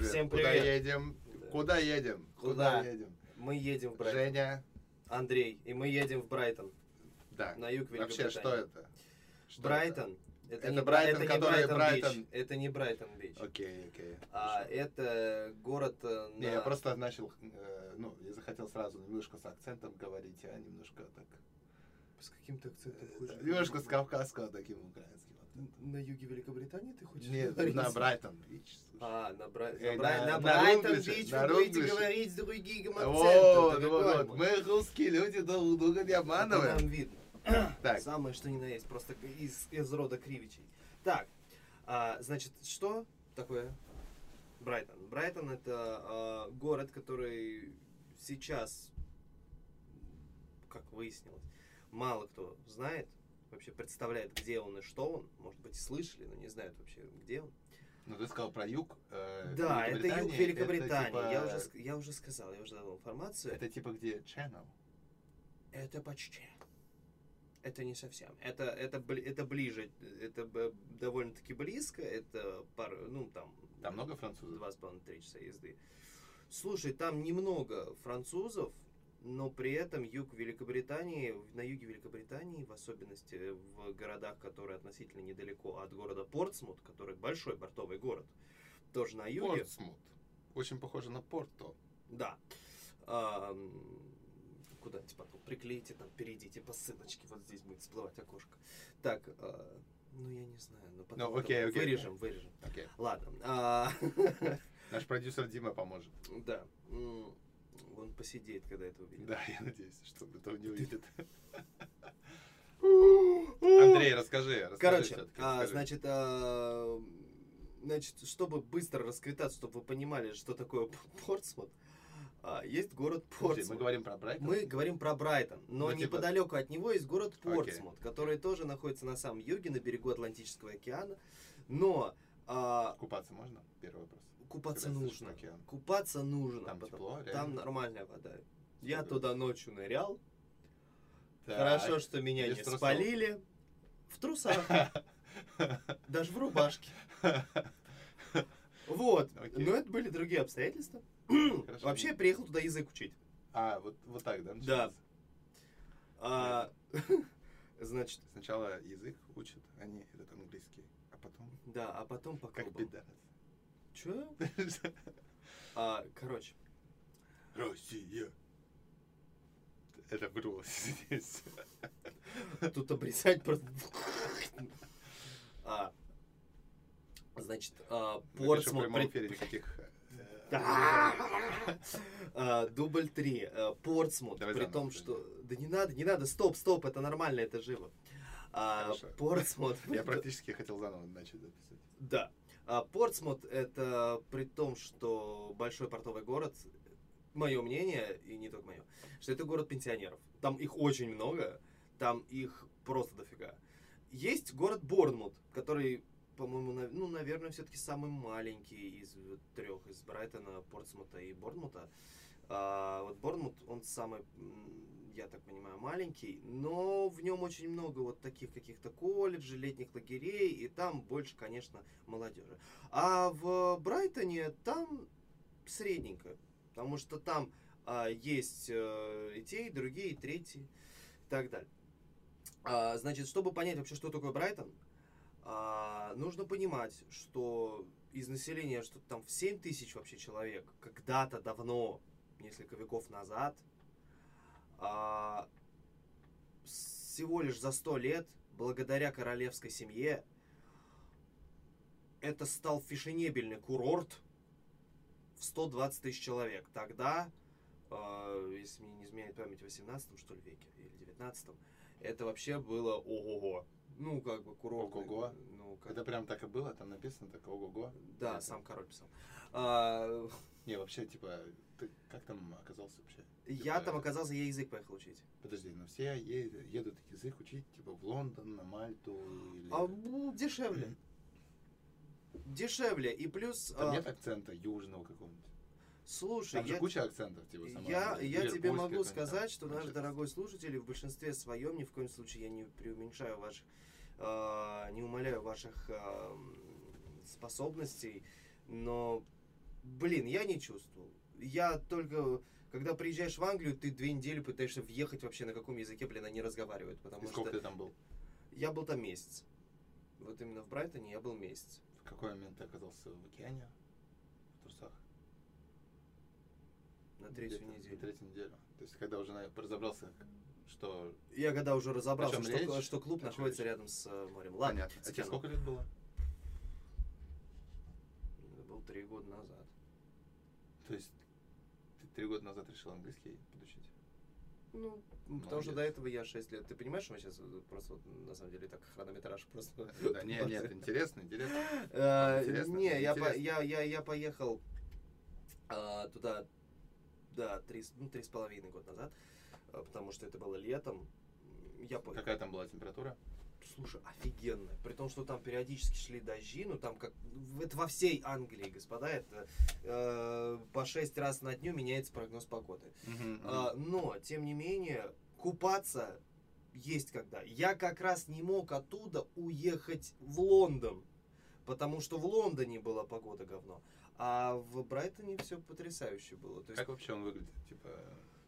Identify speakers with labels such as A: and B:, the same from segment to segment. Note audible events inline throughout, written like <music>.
A: всем
B: Куда
A: привет.
B: едем? Куда едем?
A: Куда?
B: едем?
A: Мы едем в Брайтон.
B: Женя.
A: Андрей, и мы едем в Брайтон.
B: Да.
A: На юг
B: Вообще,
A: Великобритании.
B: что это? Что
A: Брайтон.
B: Это
A: не Бра- это
B: Брайтон,
A: не
B: который
A: Брайтон-Бич.
B: Брайтон-
A: Это не Брайтон-Бич.
B: это? Окей, окей.
A: А
B: Хорошо.
A: это город э,
B: Не, я
A: на-
B: просто начал, э, ну, я захотел сразу немножко с акцентом говорить, а немножко так...
A: С каким-то акцентом
B: э,
A: хочешь?
B: Немножко с кавказского таким украинским. акцентом.
A: На юге Великобритании ты хочешь
B: Нет,
A: говорить?
B: на Брайтон-Бич. слушай.
A: А, на, Бра... на,
B: Э,
A: Бра-
B: на-
A: на
B: на
A: Брайтон-Бич
B: Рунгвише,
A: вы
B: на
A: будете
B: Рунгвише.
A: говорить с другим
B: Вот,
A: акцентом.
B: вот, вот. Мы русские люди, друг друга не
A: Нам
B: обманываем.
A: видно.
B: Так,
A: Самое что ни на есть, просто из, из рода Кривичей. Так, а, значит, что такое Брайтон? Брайтон это а, город, который сейчас, как выяснилось, мало кто знает, вообще представляет, где он и что он. Может быть, слышали, но не знают вообще, где он.
B: ну ты сказал про юг э,
A: Да, это юг
B: Великобритании,
A: Великобритании.
B: это
A: Я,
B: типа-
A: уже, ск- я уже сказал, я уже дал информацию.
B: Это типа где channel?
A: Это почти. Это не совсем. Это, это, бли- это ближе. Это б- довольно-таки близко. Это пар, ну там...
B: Там много французов?
A: Два с половиной, три часа езды. Слушай, там немного французов, но при этом юг Великобритании, на юге Великобритании, в особенности в городах, которые относительно недалеко от города Портсмут, который большой портовый город, тоже на юге.
B: Портсмут. Очень похоже на Порто.
A: Да. Ам, Куда-нибудь потом приклейте, там, перейдите по ссылочке, вот здесь будет всплывать окошко. Так, а, ну я не знаю, но потом,
B: Ну, окей,
A: потом
B: окей,
A: вырежем, вырежем.
B: Окей.
A: Ладно. а, <laughs>
B: Наш продюсер Дима поможет.
A: Да. М, Он посидеет, когда это увидит.
B: <laughs> Да, я надеюсь, что это не
A: Ты-
B: увидит. Андрей, расскажи, расскажи
A: Короче,
B: всё-таки,
A: а,
B: расскажи.
A: значит, а, значит, чтобы быстро расквитаться, чтобы вы понимали, что такое <laughs> Портсмут, а, есть город
B: Подожди,
A: Портсмут.
B: мы говорим про Брайтон.
A: Мы говорим про Брайтон, но
B: Ну, типа-
A: неподалеку от него есть город
B: Окей.
A: Портсмут, который тоже находится на самом юге, на берегу Атлантического океана. Но а,
B: Купаться можно? Первый вопрос.
A: купаться
B: Когда слышишь
A: нужно.
B: океан.
A: Купаться нужно.
B: Там
A: потому-
B: тепло, реально?
A: Там нормальная вода. Я
B: Супер.
A: туда ночью нырял.
B: Так.
A: Хорошо, что меня
B: Без
A: не
B: трусов?
A: спалили. В трусах, <laughs> даже в рубашке. Вот.
B: Окей.
A: Но это были другие обстоятельства.
B: Хорошо.
A: Вообще, я приехал туда язык учить.
B: <laughs> А, вот, вот так, да?
A: Да.
B: начинается?
A: А, <laughs> Значит,
B: Сначала язык учат, они этот английский, а потом
A: да, а потом по
B: как
A: клубам.
B: беда.
A: Чё?
B: <laughs>
A: А, короче,
B: Россия. Это в голосе здесь.
A: <laughs> тут обрезать просто... А, значит, а,
B: Напишем в
A: Портсмут...
B: прямом
A: при-
B: эфире никаких... э,
A: <laughs> А, Дубль 3, Портсмут,
B: Давай
A: при
B: заново,
A: том,
B: давай.
A: что... Да не надо, не надо, стоп, стоп, это нормально, это живо. А,
B: Хорошо.
A: Портсмут... <laughs>
B: Я практически хотел заново начать записывать.
A: Да. А, Портсмут это при том, что большой портовый город, мое мнение, и не только мое, что это город пенсионеров. Там их очень много, там их просто дофига. Есть город Борнмут, который, по-моему, нав- ну, наверное, все-таки самый маленький из трех, из Брайтона, Портсмута и Борнмута. А, вот Борнмут, он самый, м, я так понимаю, маленький, но в нем очень много вот таких каких-то колледжей, летних лагерей, и там больше, конечно, молодежи. А в Брайтоне там средненько, потому что там а, есть э, и те, и другие, и третьи, и так далее. А, значит, чтобы понять вообще, что такое Брайтон, а, нужно понимать, что из населения, что там в 7 тысяч вообще человек, когда-то давно, несколько веков назад, а, всего лишь за 100 лет, благодаря королевской семье, это стал фешенебельный курорт в 120 тысяч человек. Тогда, э, если мне не изменяет память, в 18 что ли веке или 19 это вообще было ого-го. Ну, как бы курорт.
B: Ого-го?
A: Ну, как...
B: Это прям так и было, там написано так, ого-го.
A: Да,
B: Это-
A: сам король писал. А,
B: Не, вообще, типа, ты как там оказался вообще?
A: Я там
B: э,
A: оказался, я язык поехал учить.
B: Подожди, ну все е- едут язык учить, типа, в Лондон, на Мальту или...
A: А, ну, дешевле. Дешевле. И плюс...
B: Там
A: а,
B: нет акцента южного какого-нибудь?
A: Слушай,
B: Там
A: я,
B: же куча акцентов, типа, сама
A: я,
B: Англия,
A: я тебе
B: Ливерпульский
A: могу
B: какой-нибудь там.
A: сказать, что наш
B: Вообще.
A: дорогой слушатель в большинстве своем, ни в коем случае я не преуменьшаю ваших, а, не умаляю ваших а, м, способностей, но блин, я не чувствовал. Я только, когда приезжаешь в Англию, ты две недели пытаешься въехать вообще, на каком языке, блин, они разговаривают. Потому
B: И сколько
A: что
B: ты там был?
A: я был там месяц. Вот именно в Брайтоне я был месяц.
B: В какой момент ты оказался в океане? В трусах?
A: На третью
B: Где-то
A: неделю.
B: На третью неделю. То есть, когда уже на- разобрался, что...
A: Я когда уже разобрался,
B: О чём
A: что,
B: речь?
A: кл- что клуб
B: О чём
A: находится
B: речь?
A: рядом с э, морем. Ладно,
B: Понятно. А тебе
A: Степан,
B: сколько лет было?
A: Это был три года назад.
B: То есть, ты три года назад решил английский подучить?
A: Ну, потому что
B: Молодец.
A: до этого я 6 лет. Ты понимаешь, мы сейчас просто вот, на самом деле так хронометраж просто.
B: <laughs> Да, нет, нет, интересно, интересно.
A: Э,
B: Интересно,
A: Не, я по-
B: интересно.
A: я я я поехал а, туда, да, три с ну, три с половиной года назад, а, потому что это было летом. Я по-
B: <laughs> Какая там была температура?
A: Слушай, офигенно. При том, что там периодически шли дожди, ну там как... в- Это во всей Англии, господа, это э, по шесть раз на дню меняется прогноз погоды. А, но, тем не менее, купаться есть когда. Я как раз не мог оттуда уехать в Лондон, потому что в Лондоне была погода говно. А в Брайтоне все потрясающе было. То есть,
B: Как вообще он выглядит? Типа,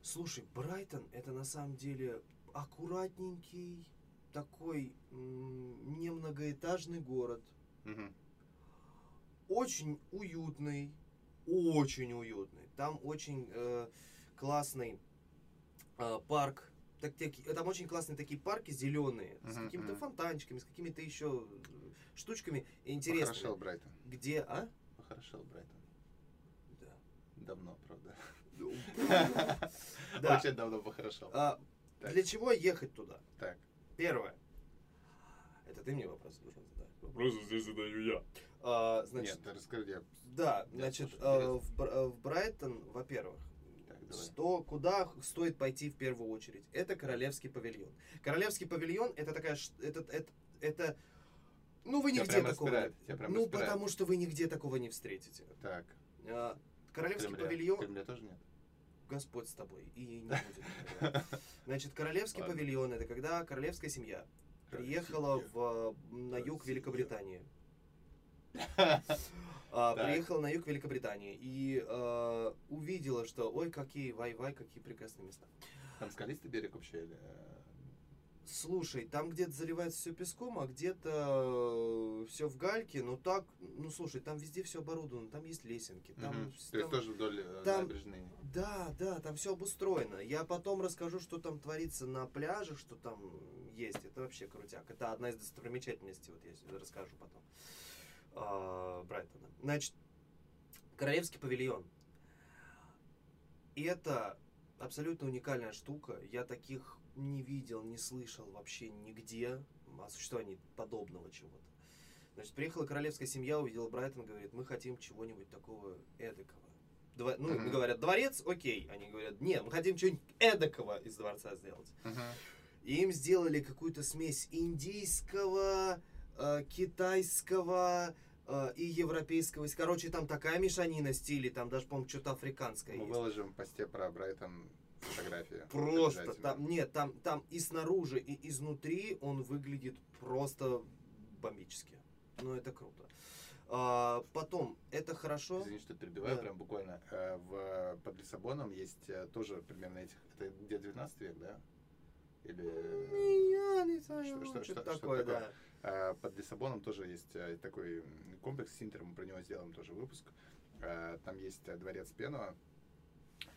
A: Слушай, Брайтон это на самом деле аккуратненький, такой м, немногоэтажный город.
B: мгм.
A: Очень уютный, очень уютный. Там очень э, классный э, парк. Так, таки- там очень классные такие парки зеленые, с
B: Мгм,
A: какими-то
B: мгм.
A: фонтанчиками, с какими-то еще э, штучками
B: Похорошел
A: интересными.
B: Брайтон.
A: Где,
B: <laughs>
A: а?
B: Похорошел Брайтон.
A: Да.
B: Давно, правда.
A: <laughs> Да.
B: Очень давно похорошел.
A: А,
B: Так.
A: Для чего ехать туда?
B: Так.
A: Первое. Это ты мне вопрос должен задать.
C: Вопросы здесь задаю я.
A: А, значит,
B: Нет, ты расскажи, я...
A: да,
B: Нет,
A: значит,
B: слушай,
A: а,
B: интересно.
A: в, Бр- а, в Брайтон, во-первых,
B: Так, давай.
A: что, куда стоит пойти в первую очередь? Это Королевский павильон. Королевский павильон это такая, ш- это, это, это- ну вы
B: Тебя
A: нигде
B: прям
A: такого.
B: распирает,
A: не-
B: тебя прям
A: Ну
B: распирает.
A: потому что вы нигде такого не встретите.
B: Так.
A: А, Королевский
B: Кремля.
A: павильон,
B: Кремля тоже нет?
A: Господь с тобой и не будет. никогда. <laughs> Значит, Королевский
B: Ладно.
A: павильон это когда королевская семья приехала в, э, на юг
B: Россия.
A: Великобритании. А,
B: Так.
A: Приехала на юг Великобритании и э, увидела, что ой, какие вай-вай, какие прекрасные места.
B: Там скалистый берег вообще или... э,
A: Слушай, там где-то заливается все песком, а где-то все в гальке, но так, ну слушай, там везде все оборудовано, там есть лесенки, там,
B: мгм.
A: с-
B: То есть
A: там-
B: тоже вдоль э,
A: там-
B: набережной.
A: Да, да, там все обустроено. Я потом расскажу, что там творится на пляже, что там есть. Это вообще крутяк. Это одна из достопримечательностей, вот я с- расскажу потом. А, Брайтона. Значит, Королевский павильон. И это абсолютно уникальная штука. Я таких не видел, не слышал вообще нигде о существовании подобного чего-то. Значит, приехала королевская семья, увидела Брайтон, говорит, мы хотим чего-нибудь такого эдакого. Дво- Ну,
B: Мгм.
A: говорят, дворец, окей. Они говорят, нет, мы хотим чего-нибудь эдакого из дворца сделать. И им сделали какую-то смесь индийского, э, китайского э, и европейского. Короче, там такая мешанина стилей, там даже, по-моему, что-то африканское
B: Мы
A: есть.
B: выложим в посте про Брайтон фотографии.
A: Просто
B: Обязательно.
A: там, нет, там, там и снаружи, и изнутри он выглядит просто бомбически. Ну, это круто. А, потом, это хорошо.
B: Извини, что перебиваю,
A: Да.
B: прям буквально. Э, В, под Лиссабоном есть э, тоже примерно этих... Это где 12 век, да? Или... э,
A: Я не знаю,
B: что- что-
A: что-то
B: что- что
A: такое,
B: такое?
A: да.
B: э, Под Лиссабоном тоже есть э, такой м, комплекс Синтер, мы про него сделаем тоже выпуск. Э, Там есть э, дворец Пенова.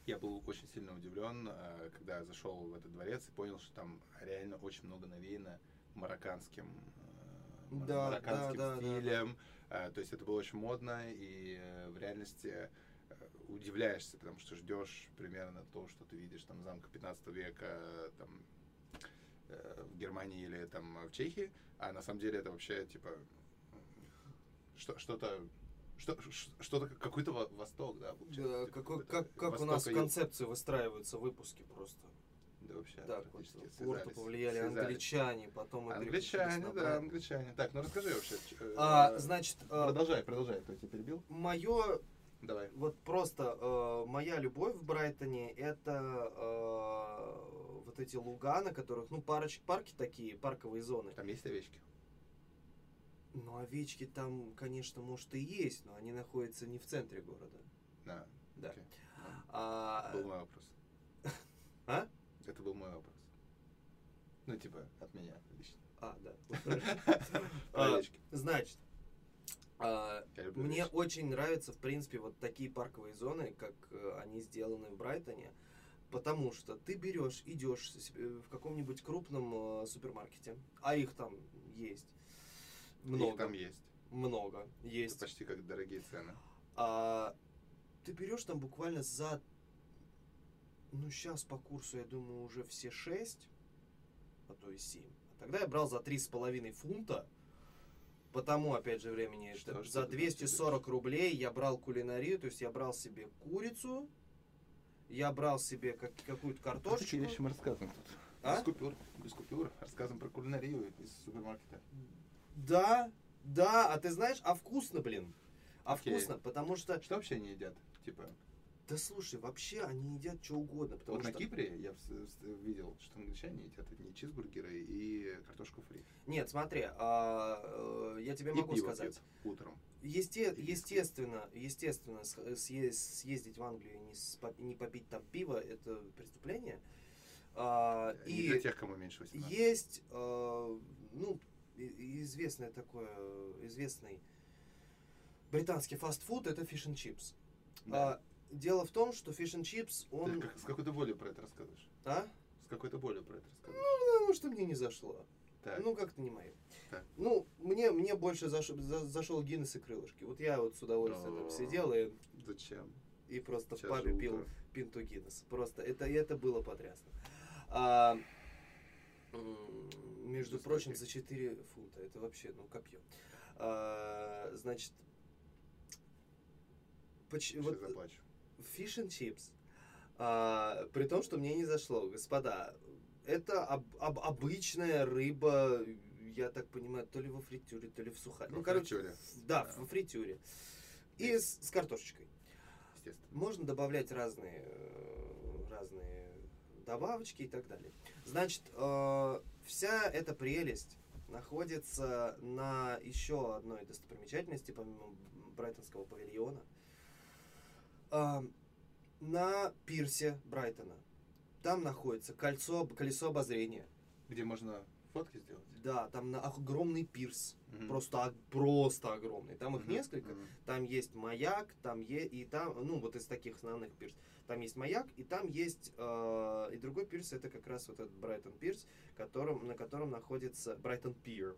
B: Я был очень сильно удивлен, э, когда зашел в этот дворец и понял, что там реально очень много навеяно марокканским, э, мар-
A: Да,
B: марокканским
A: да, да, да, да.
B: стилем. Э, То есть это было очень модно, и э, в реальности э, удивляешься, потому что ждешь примерно то, что ты видишь там замка 15 века э, там, э, в Германии или там э, в Чехии, а на самом деле это вообще типа м, что- что-то что- что-то какой-то во- восток, да, получается.
A: Да,
B: типа
A: Э, какой-
B: какой-то
A: Как как у
B: восток
A: нас
B: и
A: в
B: юг.
A: концепции выстраиваются выпуски просто.
B: Да, вообще,
A: Да, вот
B: практически
A: на
B: связались,
A: Порту повлияли
B: связались.
A: англичане, потом и переключились
B: Англичане,
A: на
B: да,
A: Брайтон.
B: англичане. Так, ну расскажи вообще. ч- э,
A: А, значит,
B: Продолжай, продолжай, кто тебя перебил.
A: мое
B: Давай.
A: Вот просто э, моя любовь в Брайтоне это э, вот эти луга, на которых, ну, парочки, парки такие, парковые зоны.
B: Там есть овечки?
A: Ну, овечки там, конечно, может и есть, но они находятся не в центре города.
B: Да.
A: Да.
B: Окей.
A: А,
B: Был мой вопрос.
A: А?
B: Это был мой вопрос. Ну, типа, от меня лично.
A: а, да. <laughs>
B: <laughs> Про
A: А,
B: овечки.
A: Значит, а,
B: Я люблю
A: Мне
B: овечек.
A: очень нравятся, в принципе, вот такие парковые зоны, как э, они сделаны в Брайтоне, потому что ты берешь, идешь с- э, в каком-нибудь крупном э, супермаркете, а их там есть много,
B: Их там есть.
A: много есть.
B: Почти как дорогие цены.
A: А, ты берешь там буквально за, ну сейчас по курсу, я думаю, уже все 6, а то и 7. Тогда я брал за 3,5 фунта, потому, опять же, времени,
B: Что
A: это
B: ж
A: за
B: ты туда
A: 240 рублей я брал кулинарию, то есть я брал себе курицу, я брал себе как, какую-то картошечку.
B: мы рассказываем тут?
A: А?
B: Без купюр. Без купюр. Рассказываем про кулинарию из супермаркета.
A: Да, да, а ты знаешь, а вкусно, блин. А
B: Окей.
A: вкусно, потому что...
B: Что вообще они едят? Типа,
A: Да слушай, вообще они едят что угодно, потому
B: вот
A: что...
B: на Кипре я вс- вс- видел, что англичане едят одни чизбургеры и картошку фри.
A: Нет, смотри, а, э, я тебе
B: И
A: могу
B: пиво
A: сказать.
B: пьют утром.
A: Есте-
B: И виски.
A: естественно, естественно, с- съе- съездить в Англию и не, спо- не попить там пиво это преступление. А,
B: Не для
A: и
B: тех, кому меньше 18.
A: есть, э, ну, и- и известное такое, э, известный британский фастфуд это фиш and чипс.
B: Да.
A: дело в том, что фиш and чипс
B: Ты
A: а, он,
B: как- с какой-то болью про это рассказываешь.
A: а?
B: С какой-то болью про это рассказываешь.
A: Потому что мне не зашло.
B: Так.
A: Ну, как-то не мои.
B: Так.
A: Ну, мне, мне больше заш- за- зашел Гиннес и крылышки. Вот я вот с удовольствием там
B: О.
A: сидел и,
B: Зачем?
A: и просто в
B: Сейчас
A: пабе
B: же
A: пил
B: утро.
A: пинту Гиннес. Просто это, это было потрясно. А, м, между
B: Жестокий.
A: прочим, за 4 фунта. Это вообще, ну, копье. А, значит, поч-
B: Сейчас
A: вот
B: заплачу.
A: фиш and чипс. при том, что мне не зашло, господа, это об- об- обычная рыба, я так понимаю, то ли во фритюре, то ли в сухаре.
B: Во
A: ну, короче,
B: фритюре.
A: в- да,
B: Да.
A: во фритюре. И с, с картошечкой.
B: Естественно.
A: Можно добавлять разные, э, разные добавочки и так далее. Значит, э, вся эта прелесть находится на еще одной достопримечательности, помимо Брайтонского павильона, Э, на пирсе Брайтона. Там находится кольцо, колесо обозрения.
B: Где можно фотки сделать?
A: Да, там на огромный пирс.
B: Мгм.
A: Просто, ог- просто огромный. Там их
B: Мгм,
A: несколько.
B: мгм.
A: Там есть маяк, там е и там, ну вот из таких основных пирс. Там есть маяк, и там есть э, и другой пирс, это как раз вот этот Брайтон пирс, которым, на котором находится Брайтон пир.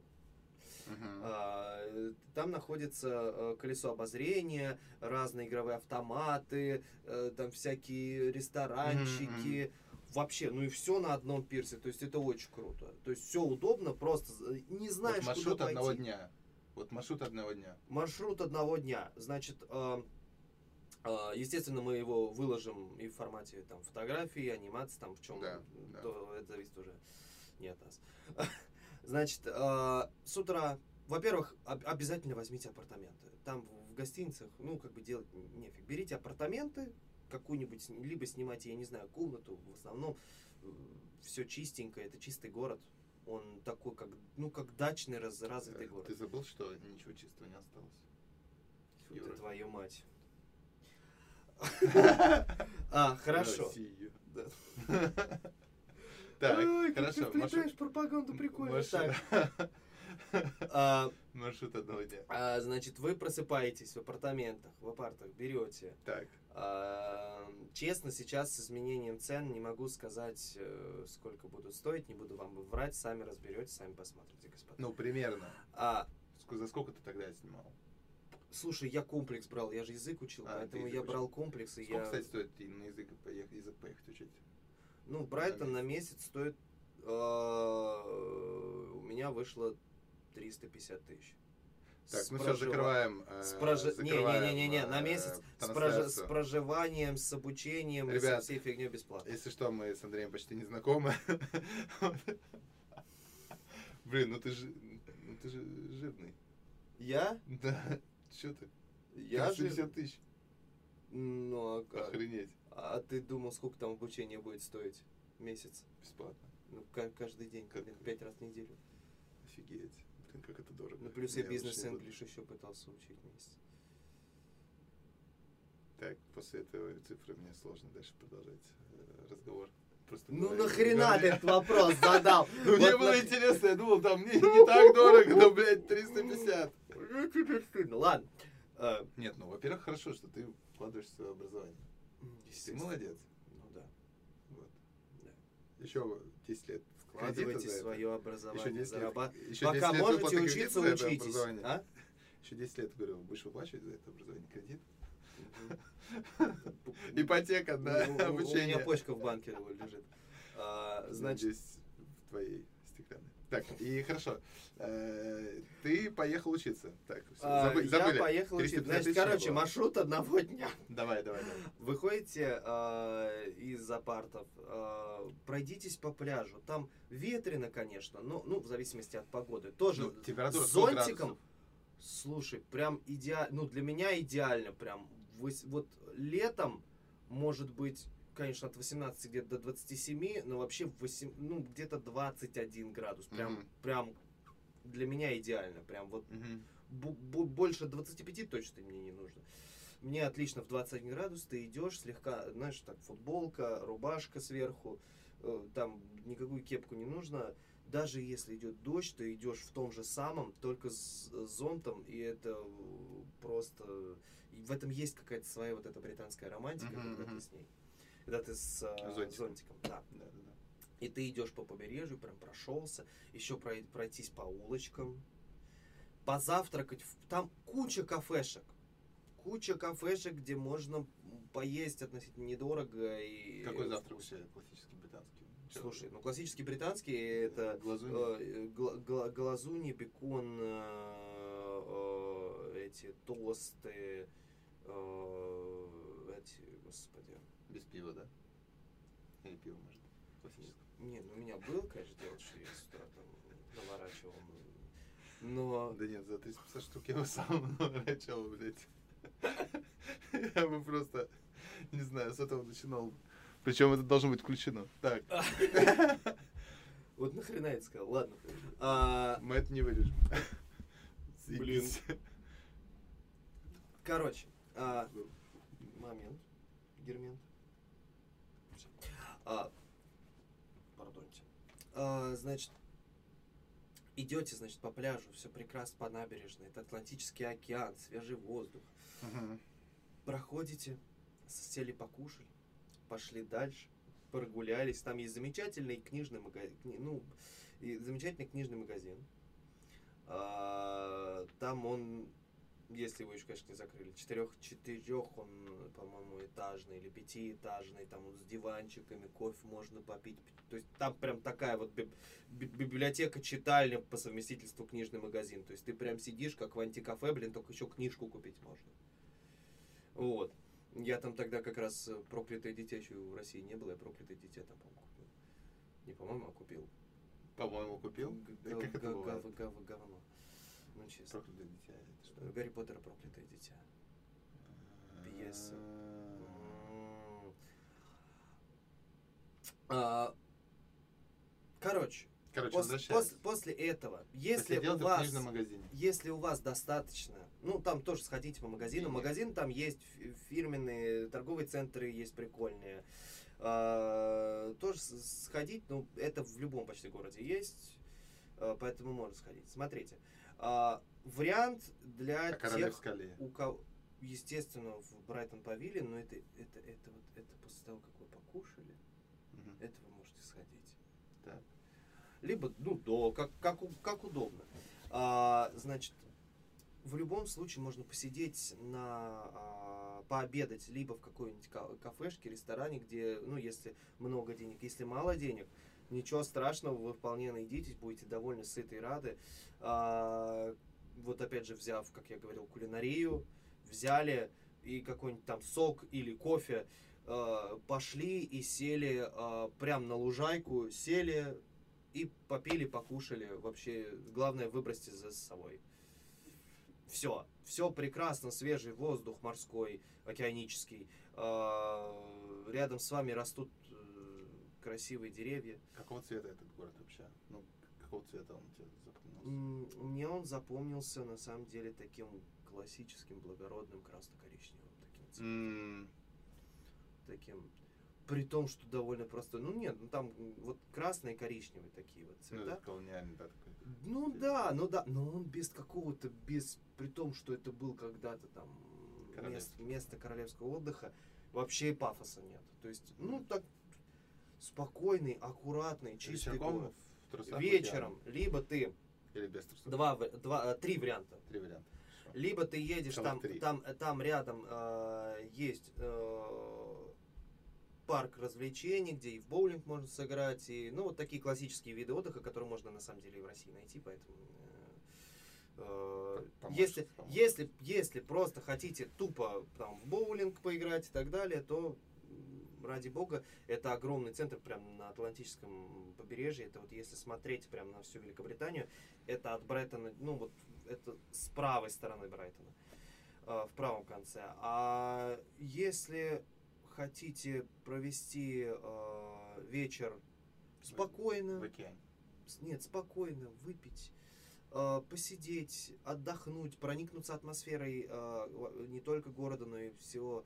B: Мгм.
A: А, э, Там находится э, колесо обозрения, разные игровые автоматы, э, там всякие ресторанчики. Вообще, ну и все на одном пирсе. То есть это очень круто. То есть все удобно, просто э, не
B: Вот
A: знаешь,
B: маршрут
A: куда
B: одного
A: пойти.
B: дня. Вот маршрут одного дня.
A: Маршрут одного дня. Значит, э, э, естественно, мы его выложим и в формате там фотографии, анимации, там в чем
B: Да, да.
A: то это зависит уже не от нас. <laughs> Значит, э, с утра, во-первых, об- обязательно возьмите апартаменты. Там в в гостиницах, ну, как бы делать н- нефиг. Берите апартаменты, какую-нибудь, сни- либо снимайте, я не знаю, комнату. В основном все чистенько, это чистый город. Он такой, как, ну, как дачный раз- развитый
B: Э,
A: город.
B: Ты забыл, что ничего чистого не осталось?
A: Фу
B: Юра.
A: ты, твою мать. А, <laughs> хорошо.
B: Россия.
A: <laughs> Да.
B: Так,
A: Ой, как
B: хорошо.
A: Ты вплетаешь
B: маршрут-
A: пропаганду прикольно.
B: маршрут-
A: Так. А,
B: <laughs> Маршрут одного дня.
A: а, Значит, вы просыпаетесь в апартаментах, в апартах берете.
B: Так,
A: А, Честно, сейчас с изменением цен не могу сказать, э, сколько будут стоить, не буду вам врать, сами разберетесь, сами посмотрите, господа.
B: ну примерно.
A: А,
B: Ск- За сколько ты тогда снимал?
A: слушай, я комплекс брал, я же язык учил,
B: А, ты
A: поэтому
B: язык
A: я
B: учил.
A: брал комплекс, и
B: Сколько,
A: я...
B: кстати, стоит и на язык поех- язык поехать учить?
A: Ну, Брайтон на месяц стоит... э, У меня вышло 350 тысяч.
B: Так,
A: С
B: ну все,
A: прожива-
B: закрываем. э,
A: с прожи- не,
B: закрываем,
A: не, не, не, не, на
B: э,
A: месяц с, прожи- с
B: трансляцию.
A: проживанием, с обучением и
B: Ребят, э,
A: со всей фигней бесплатно.
B: Если что, мы с Андреем почти не знакомы. Блин, ну ты же, ну ты же жирный.
A: Я?
B: Да, что ты?
A: Я же...
B: 50 тысяч.
A: Ну, а как?
B: Охренеть.
A: А ты думал, сколько там обучение будет стоить? Месяц?
B: Бесплатно.
A: Ну, ка- каждый день,
B: Как-
A: блин, пять раз в неделю.
B: Офигеть. блин, как это дорого.
A: Ну, плюс я
B: Не,
A: бизнес
B: очень выгодно.
A: English еще пытался учить вместе.
B: Так, после этого цифры мне сложно дальше продолжать э, разговор. Просто
A: Ну
B: говорю,
A: нахрена ты
B: говорю.
A: этот вопрос задал?
B: <laughs> Ну, мне
A: Вот
B: было
A: нах-
B: интересно, я думал, там не, не так дорого, но, блядь, 350.
A: Ну ладно. Э,
B: Нет, ну, во-первых, хорошо, что ты вкладываешь в свое образование. Ты
A: естественно.
B: молодец.
A: Ну да.
B: Вот.
A: Да.
B: Еще 10 лет
A: Вкладывайте свое образование, зарабатывайте.
B: еще
A: Пока
B: 10 лет
A: можете
B: выплаты
A: учиться,
B: кредита за это
A: учитесь.
B: образование.
A: А?
B: Еще 10 лет, говорю, будешь выплачивать за это образование
A: <laughs>
B: кредит. <laughs>
A: Ну,
B: Ипотека на
A: у- у- У меня
B: обучение.
A: почка в банке лежит. А, Значит,
B: Надеюсь, в твоей стеклянной. Так, и хорошо. Э, Ты поехал учиться. Так, всё,
A: а,
B: забы-
A: я
B: забыли.
A: поехал учить.
B: 350
A: Значит,
B: тысяч не
A: короче,
B: было.
A: маршрут одного <laughs> дня.
B: Давай, давай, давай.
A: Выходите а, из апартов, а, пройдитесь по пляжу. Там ветрено, конечно, но ну в зависимости от погоды. Тоже
B: Ну, температура
A: с
B: 100
A: зонтиком.
B: градусов.
A: Слушай, прям идеально. Ну для меня идеально, прям Вось- вот летом может быть, конечно, от 18 где-то до 27, но вообще в восем- ну где-то 21 градус. Прям,
B: Мгм.
A: прям для меня идеально. Прям вот
B: Мгм.
A: бу- бу- больше 25 точно мне не нужно. Мне отлично в 21 градус, ты идешь, слегка, знаешь, так, футболка, рубашка сверху, э, там никакую кепку не нужно. Даже если идет дождь, ты идешь в том же самом, только с с зонтом, и это э, просто... и в этом есть какая-то своя вот эта британская романтика,
B: Мгм,
A: когда
B: мгм.
A: ты с ней. Когда ты с э,
B: Зонтиком.
A: зонтиком, да.
B: Да, да, да.
A: И ты идешь по побережью, прям прошелся, еще прой- пройтись по улочкам, позавтракать. в- Там куча кафешек. Куча кафешек, где можно поесть относительно недорого. И
B: Какой завтрак у
A: вкусно.
B: тебя классический британский? Чё?
A: Слушай, ну классический британский это э,
B: глазунь.
A: э, гла- гла- глазуни, бекон, э, э, эти тосты, э, эти, господи.
B: Без пива, да? Или пиво, может? Классическое.
A: Не, ну у меня был, конечно, дело, что я с утра там наворачивал. ну. Но
B: Да нет, за 350 штук я бы сам <laughs> начал, блядь. Я бы просто, не знаю, с этого начинал. Причем это должно быть включено.
A: <laughs>
B: Так,
A: вот нахрена я это сказал, ладно. А,
B: мы это не вырежем.
A: Блин.
B: Заебись.
A: короче, а, момент, Гермен. Всё. А, пардоньте. А, значит, идете, значит, по пляжу, все прекрасно по набережной, это Атлантический океан, свежий воздух.
B: Мгм.
A: проходите, сели покушали, пошли дальше, прогулялись. Там есть замечательный книжный магазин, ну, и замечательный книжный магазин. А, Там он, если его еще, конечно, не закрыли, четырех, четырех он, по-моему, этажный или пятиэтажный, там он с диванчиками, кофе можно попить. То есть там прям такая вот биб- би- библиотека, читальня по совместительству книжный магазин. То есть ты прям сидишь, как в антикафе, блин, только еще книжку купить можно. Вот. Я там тогда как раз э, проклятое дитя еще в России не было, я проклятое дитя там, по-моему, купил. Не по-моему, а купил.
B: По-моему, купил.
A: Г-
B: Да
A: гов-
B: как это
A: гов-
B: бывает?
A: гов- гов- говно. Ну, честно. Э,
B: Проклятое дитя. это что?
A: Гарри Поттер проклятое дитя. Пьеса.
B: А,
A: А, Короче,
B: Короче,
A: пос-
B: возвращаясь.
A: пос- после этого,
B: Если
A: если у
B: дело в
A: вас
B: книжном магазине.
A: если у вас достаточно, ну там тоже сходите по магазину,
B: Денег.
A: магазин там есть фи- фирменные, торговые центры есть прикольные, А, тоже с- сходить, ну это в любом почти городе есть, а, поэтому можно сходить. Смотрите, А, вариант для
B: А королев
A: тех,
B: скале.
A: у кого, естественно, в Брайтон Павильон, но это это это вот это после того, как вы покушали,
B: Мгм.
A: это вы можете сходить.
B: Так.
A: Либо, ну, до, как, как, у- как удобно. А, значит, в любом случае можно посидеть на а, пообедать либо в какой-нибудь ка- кафешке, ресторане, где, ну, если много денег, если мало денег, ничего страшного, вы вполне найдитесь, будете довольны, сыты и рады. А, вот опять же, взяв, как я говорил, кулинарию, взяли и какой-нибудь там сок или кофе, э, пошли и сели э, прям на лужайку, сели и попили, покушали. Вообще, главное, выбросьте за собой. Все, все прекрасно, свежий воздух морской, океанический. Э, рядом с вами растут э, красивые деревья.
B: Какого цвета этот город вообще? Ну, к- какого цвета он тебе запомнился?
A: М, Мне он запомнился на самом деле таким классическим, благородным красно-коричневым таким цветом.
B: М,
A: Таким. При том, что довольно простой. Ну нет, ну там м, вот красный и коричневый такие вот
B: Ну,
A: цвета.
B: это колониальный, да, такой.
A: Ну да, ну да, но он без какого-то, без, при том, что это был когда-то там мест,
B: Королевский.
A: место королевского отдыха, вообще и пафоса нет. То есть, ну
B: Мгм.
A: так спокойный, аккуратный, чистый
B: Вечерком
A: город.
B: в трусах
A: Вечером, либо ты
B: океан. Или без трусов?
A: два, в- два, э, три варианта.
B: Три варианта.
A: Либо ты едешь
B: Целых
A: там,
B: три.
A: там, э, там рядом э, есть э, парк развлечений, где и в боулинг можно сыграть, и ну вот такие классические виды отдыха, которые можно на самом деле и в России найти, поэтому. э, э,
B: Как поможешь,
A: Если,
B: поможешь.
A: если, если просто хотите тупо там в боулинг поиграть и так далее, то м, ради бога, это огромный центр прям на Атлантическом побережье. Это вот если смотреть прям на всю Великобританию, это от Брайтона, ну вот это с правой стороны Брайтона, э, в правом конце. А если хотите провести э, вечер спокойно,
B: В океане.
A: с- нет, спокойно выпить, э, посидеть, отдохнуть, проникнуться атмосферой э, во- не только города, но и всего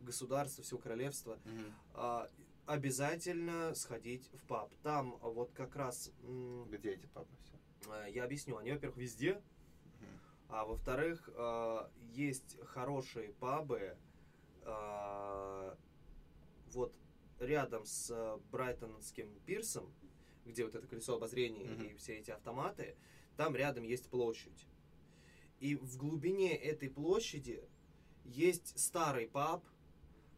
A: государства, всего королевства,
B: Мгм.
A: а, обязательно сходить в паб. Там а, вот как раз, м,
B: Где эти папы все?
A: э, я объясню, они, во-первых, везде, а во-вторых, э, есть хорошие пабы, э, вот рядом с э, Брайтонским пирсом, где вот это колесо обозрения
B: Мгм.
A: и все эти автоматы, там рядом есть площадь. И в глубине этой площади есть старый паб,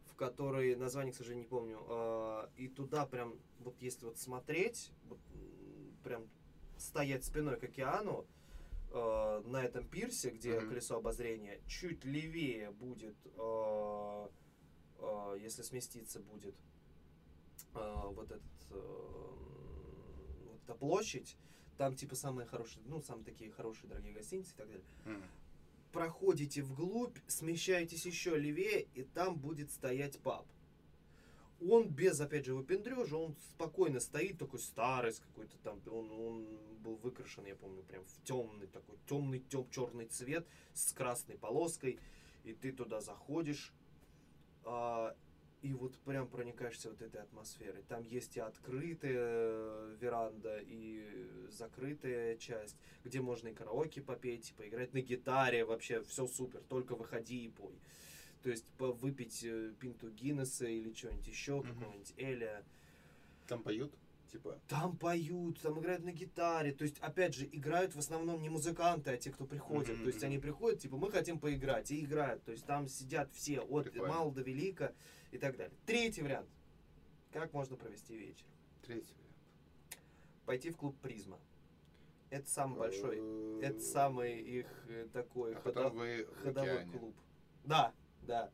A: в который, название, к сожалению, не помню, э, и туда прям, вот если вот смотреть, вот, м, прям стоять спиной к океану, э, на этом пирсе, где
B: Мгм.
A: колесо обозрения, чуть левее будет, э, э, если сместиться будет э, вот этот э, м, вот эта площадь, там типа самые хорошие, ну самые такие хорошие дорогие гостиницы и так далее. Проходите вглубь, смещаетесь еще левее, и там будет стоять паб. Он без, опять же, выпендрежа, он спокойно стоит, такой старый, с какой-то там, он, он был выкрашен, я помню, прям в темный такой, темный, тем, черный цвет, с красной полоской, и ты туда заходишь, а, и вот прям проникаешься вот этой атмосферой. Там есть и открытая э, веранда, и закрытая часть, где можно и караоке попеть, и поиграть на гитаре, вообще все супер, только выходи и пой. То есть по- выпить э, пинту Гиннесса или что-нибудь еще,
B: Мгм.
A: какого-нибудь Эля.
B: Там поют? Типа.
A: Там поют, там играют на гитаре. То есть, опять же, играют в основном не музыканты, а те, кто приходят.
B: Мгм,
A: То есть
B: мгм.
A: они приходят, типа, мы хотим поиграть, и играют. То есть там сидят все, от
B: Прикольно.
A: мала до велика и так далее. Третий вариант. Как можно провести вечер?
B: Третий
A: Пойти в клуб Призма. Это самый
B: вариант.
A: большой,
B: Э,
A: это самый их э, такой
B: А
A: ходо-
B: потом вы в
A: ходовой
B: океане.
A: клуб. Да, да.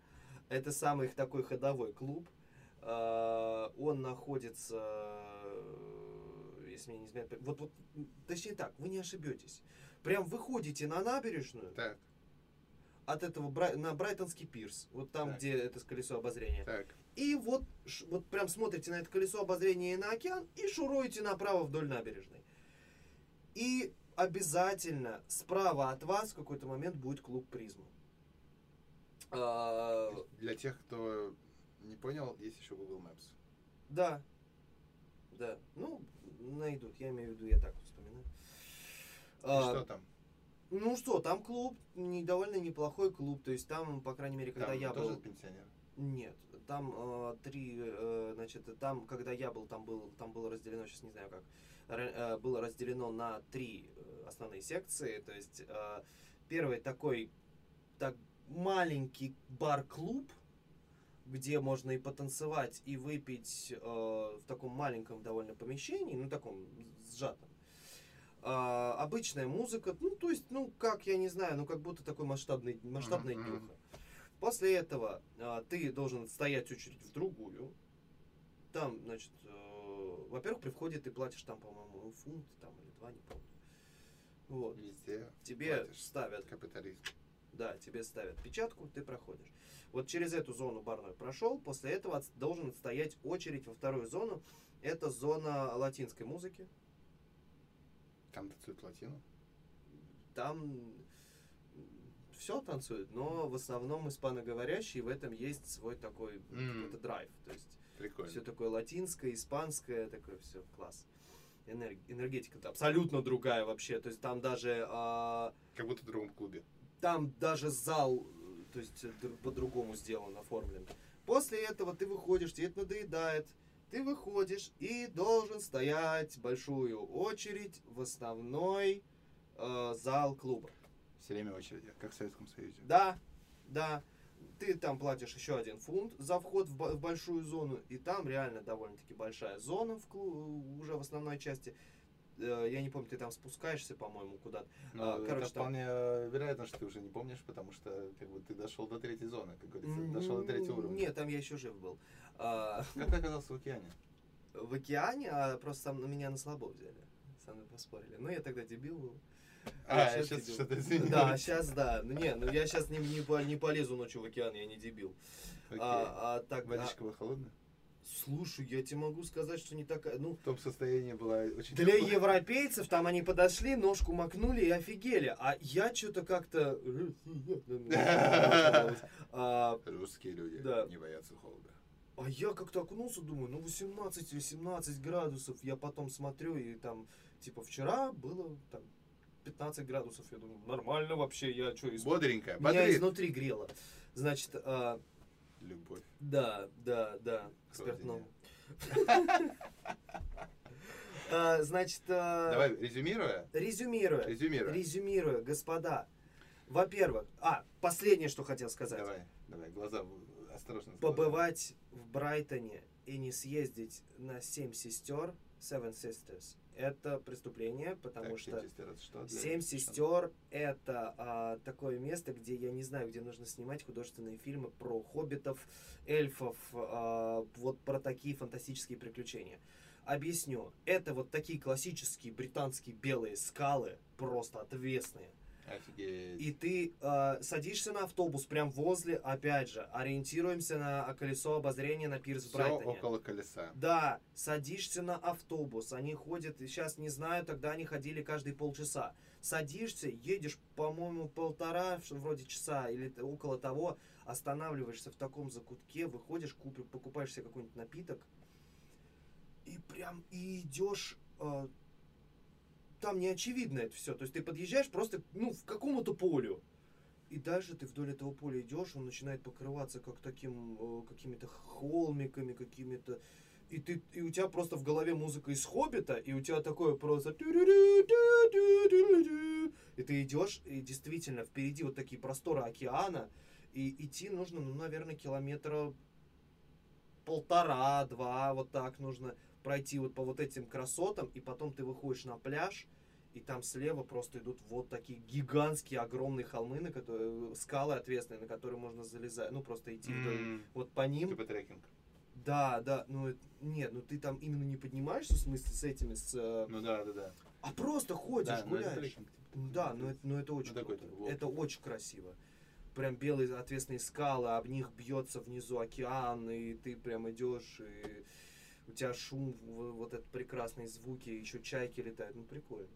A: Это самый их такой ходовой клуб. Э, Он находится, э, если мне не изменяет, пам- вот, вот, м, точнее так, вы не ошибетесь. Прям выходите на набережную
B: Так,
A: от этого Брай- на Брайтонский пирс, вот там,
B: Так.
A: где это колесо обозрения.
B: так.
A: И вот, ш- вот прям смотрите на это колесо обозрения и на океан и шуруете направо вдоль набережной. И обязательно справа от вас в какой-то момент будет клуб Призма. А,
B: Для тех, кто не понял, есть еще Google Maps.
A: да. Да. Ну, найдут. Я имею в виду, я так вспоминаю.
B: И
A: А,
B: Что там?
A: ну что, там клуб, не, довольно неплохой клуб. То есть там, по крайней мере, когда
B: Там
A: я
B: тоже
A: был...
B: пенсионер?
A: Нет, там э, три, э, значит, там, когда я был, там был, там было разделено, сейчас не знаю как, ра- э, было разделено на три э, основные секции. То есть э, первый такой, так маленький бар-клуб, где можно и потанцевать, и выпить э, в таком маленьком довольно помещении, ну таком сжатом. А, обычная музыка, ну то есть, ну как я не знаю, ну как будто такой масштабный масштабная
B: Мгм.
A: днюха. После этого а, ты должен стоять очередь в другую. Там, значит, э, во-первых, при входе ты платишь там, по-моему, ну, фунт там или два, не помню. Вот.
B: Везде
A: Тебе
B: платишь.
A: ставят
B: капитализм.
A: да, тебе ставят печатку, ты проходишь. Вот через эту зону барную прошел, после этого отс- должен отстоять очередь во вторую зону. Это зона латинской музыки.
B: Там танцуют латину.
A: Там все танцуют, но в основном испаноговорящие, в этом есть свой такой вот
B: М.
A: какой-то драйв. То есть
B: Прикольно.
A: все такое латинское, испанское, такое все класс. Энерг- Энергетика абсолютно другая вообще. То есть там даже а,
B: Как будто в другом клубе.
A: там даже зал, э, то есть э, др- по-другому сделан, оформлен. После этого ты выходишь, тебе это надоедает, ты выходишь и должен стоять большую очередь в основной э, зал клуба.
B: Все время очереди, как в Советском Союзе.
A: Да, да. Ты там платишь еще один фунт за вход в, бо- в большую зону, и там реально довольно-таки большая зона в клу- уже в основной части. Э, Я не помню, ты там спускаешься, по-моему, куда-то.
B: Но
A: А,
B: это
A: короче, там-
B: вполне вероятно, что ты уже не помнишь, потому что как бы ты дошел до третьей зоны, как говорится, дошел до третьего
A: М,
B: уровня.
A: Нет, там я еще жив был. А,
B: Как ты оказался в океане?
A: в океане, а просто там на меня на слабо взяли. Со мной поспорили. Ну, я тогда дебил был.
B: А,
A: щас
B: сейчас
A: дебил.
B: что-то извини.
A: Да, сейчас да. Ну, не, ну я сейчас не, не, по- не полезу ночью в океан, я не дебил.
B: Окей.
A: А, а так, а,
B: Водичка была холодная?
A: слушай, я тебе могу сказать, что не такая, ну,
B: В том состоянии была очень
A: Для
B: теплая.
A: европейцев там они подошли, ножку макнули и офигели. А я что-то как-то... «Э, ну, А,
B: Русские люди
A: Да.
B: не боятся холода.
A: а я как-то окунулся, думаю, ну 18-18 градусов. Я потом смотрю, и там, типа, вчера было там 15 градусов. Я думаю, нормально вообще, я что, из...
B: Бодренькая,
A: Меня
B: бодрит.
A: изнутри грело. Значит, а,
B: Любовь.
A: да, да, да, к
B: Кровь
A: спиртному. <laughs> А, Значит, а,
B: Давай, резюмируя.
A: резюмируя.
B: Резюмируя.
A: Резюмирую, господа. Во-первых, а, последнее, что хотел сказать.
B: Давай, давай, глаза в- осторожно. с глазами.
A: Побывать в Брайтоне и не съездить на семь сестер, Seven Sisters, это преступление, потому
B: Так,
A: что
B: «Семь сестер» это что? Для-
A: Семь
B: что?
A: сестер это а, такое место, где я не знаю, где нужно снимать художественные фильмы про хоббитов, эльфов, а, вот про такие фантастические приключения. Объясню. Это вот такие классические британские белые скалы, просто отвесные.
B: Офигеть.
A: И ты э, садишься на автобус прям возле, опять же, ориентируемся на а, колесо обозрения на пирс в
B: Все
A: Брайтоне.
B: около колеса.
A: Да, садишься на автобус. Они ходят, сейчас не знаю, тогда они ходили каждые полчаса. Садишься, едешь, по-моему, полтора ш- вроде часа или т- около того, останавливаешься в таком закутке, выходишь, купи- покупаешь себе какой-нибудь напиток и прям и идешь. э, там не очевидно это все. То есть ты подъезжаешь просто ну, в какому-то полю. И дальше ты вдоль этого поля идешь, он начинает покрываться как таким э, какими-то холмиками, какими-то. И ты, и у тебя просто в голове музыка из хоббита, и у тебя такое просто. тю-рю-рю, И ты идешь, и действительно впереди вот такие просторы океана, и идти нужно, ну, наверное, километра полтора-два, вот так нужно пройти вот по вот этим красотам, и потом ты выходишь на пляж, и там слева просто идут вот такие гигантские огромные холмы, на которые э, скалы ответственные, на которые можно залезать, ну просто идти вдоль-
B: М,
A: вот по ним.
B: Типа трекинг.
A: Да, да, ну это- нет, ну ты там именно не поднимаешься, в смысле, с этими, с... э,
B: Ну да, да, да.
A: А просто ходишь,
B: Да, ну это
A: гуляешь.
B: трекинг, типа,
A: Ну
B: трекинг.
A: да, но это, но это очень
B: такой
A: круто.
B: типа, вот.
A: Это очень красиво. Прям белые ответственные скалы, об них бьется внизу океан, и ты прям идешь, и у тебя шум, в- вот этот прекрасные звуки, еще чайки летают. Ну прикольно.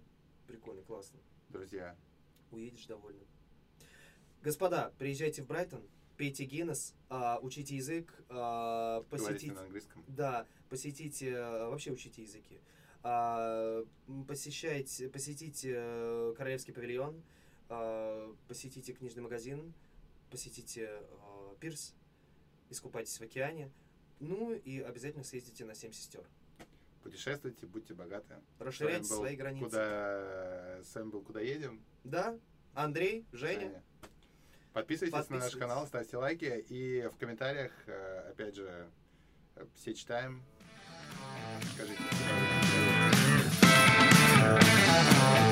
A: Прикольно, классно.
B: Друзья,
A: Уедешь довольным. Господа, приезжайте в Брайтон, пейте Гиннес, а, учите язык, а,
B: говорите
A: посетите...
B: на английском.
A: Да, посетите, э, вообще учите языки. А, м, посещайте, посетите э, Королевский павильон, а, посетите книжный магазин, посетите э, пирс, искупайтесь в океане, ну и обязательно съездите на Семь сестер.
B: Путешествуйте, будьте богаты.
A: Расширяйте
B: С вами был
A: свои границы.
B: Куда... С вами был «Куда едем?»
A: Да, Андрей, Женя.
B: Женя. Подписывайтесь,
A: Подписывайтесь.
B: на наш канал, ставьте лайки. И в комментариях, э, опять же, э, все читаем. Скажите, куда вы едете.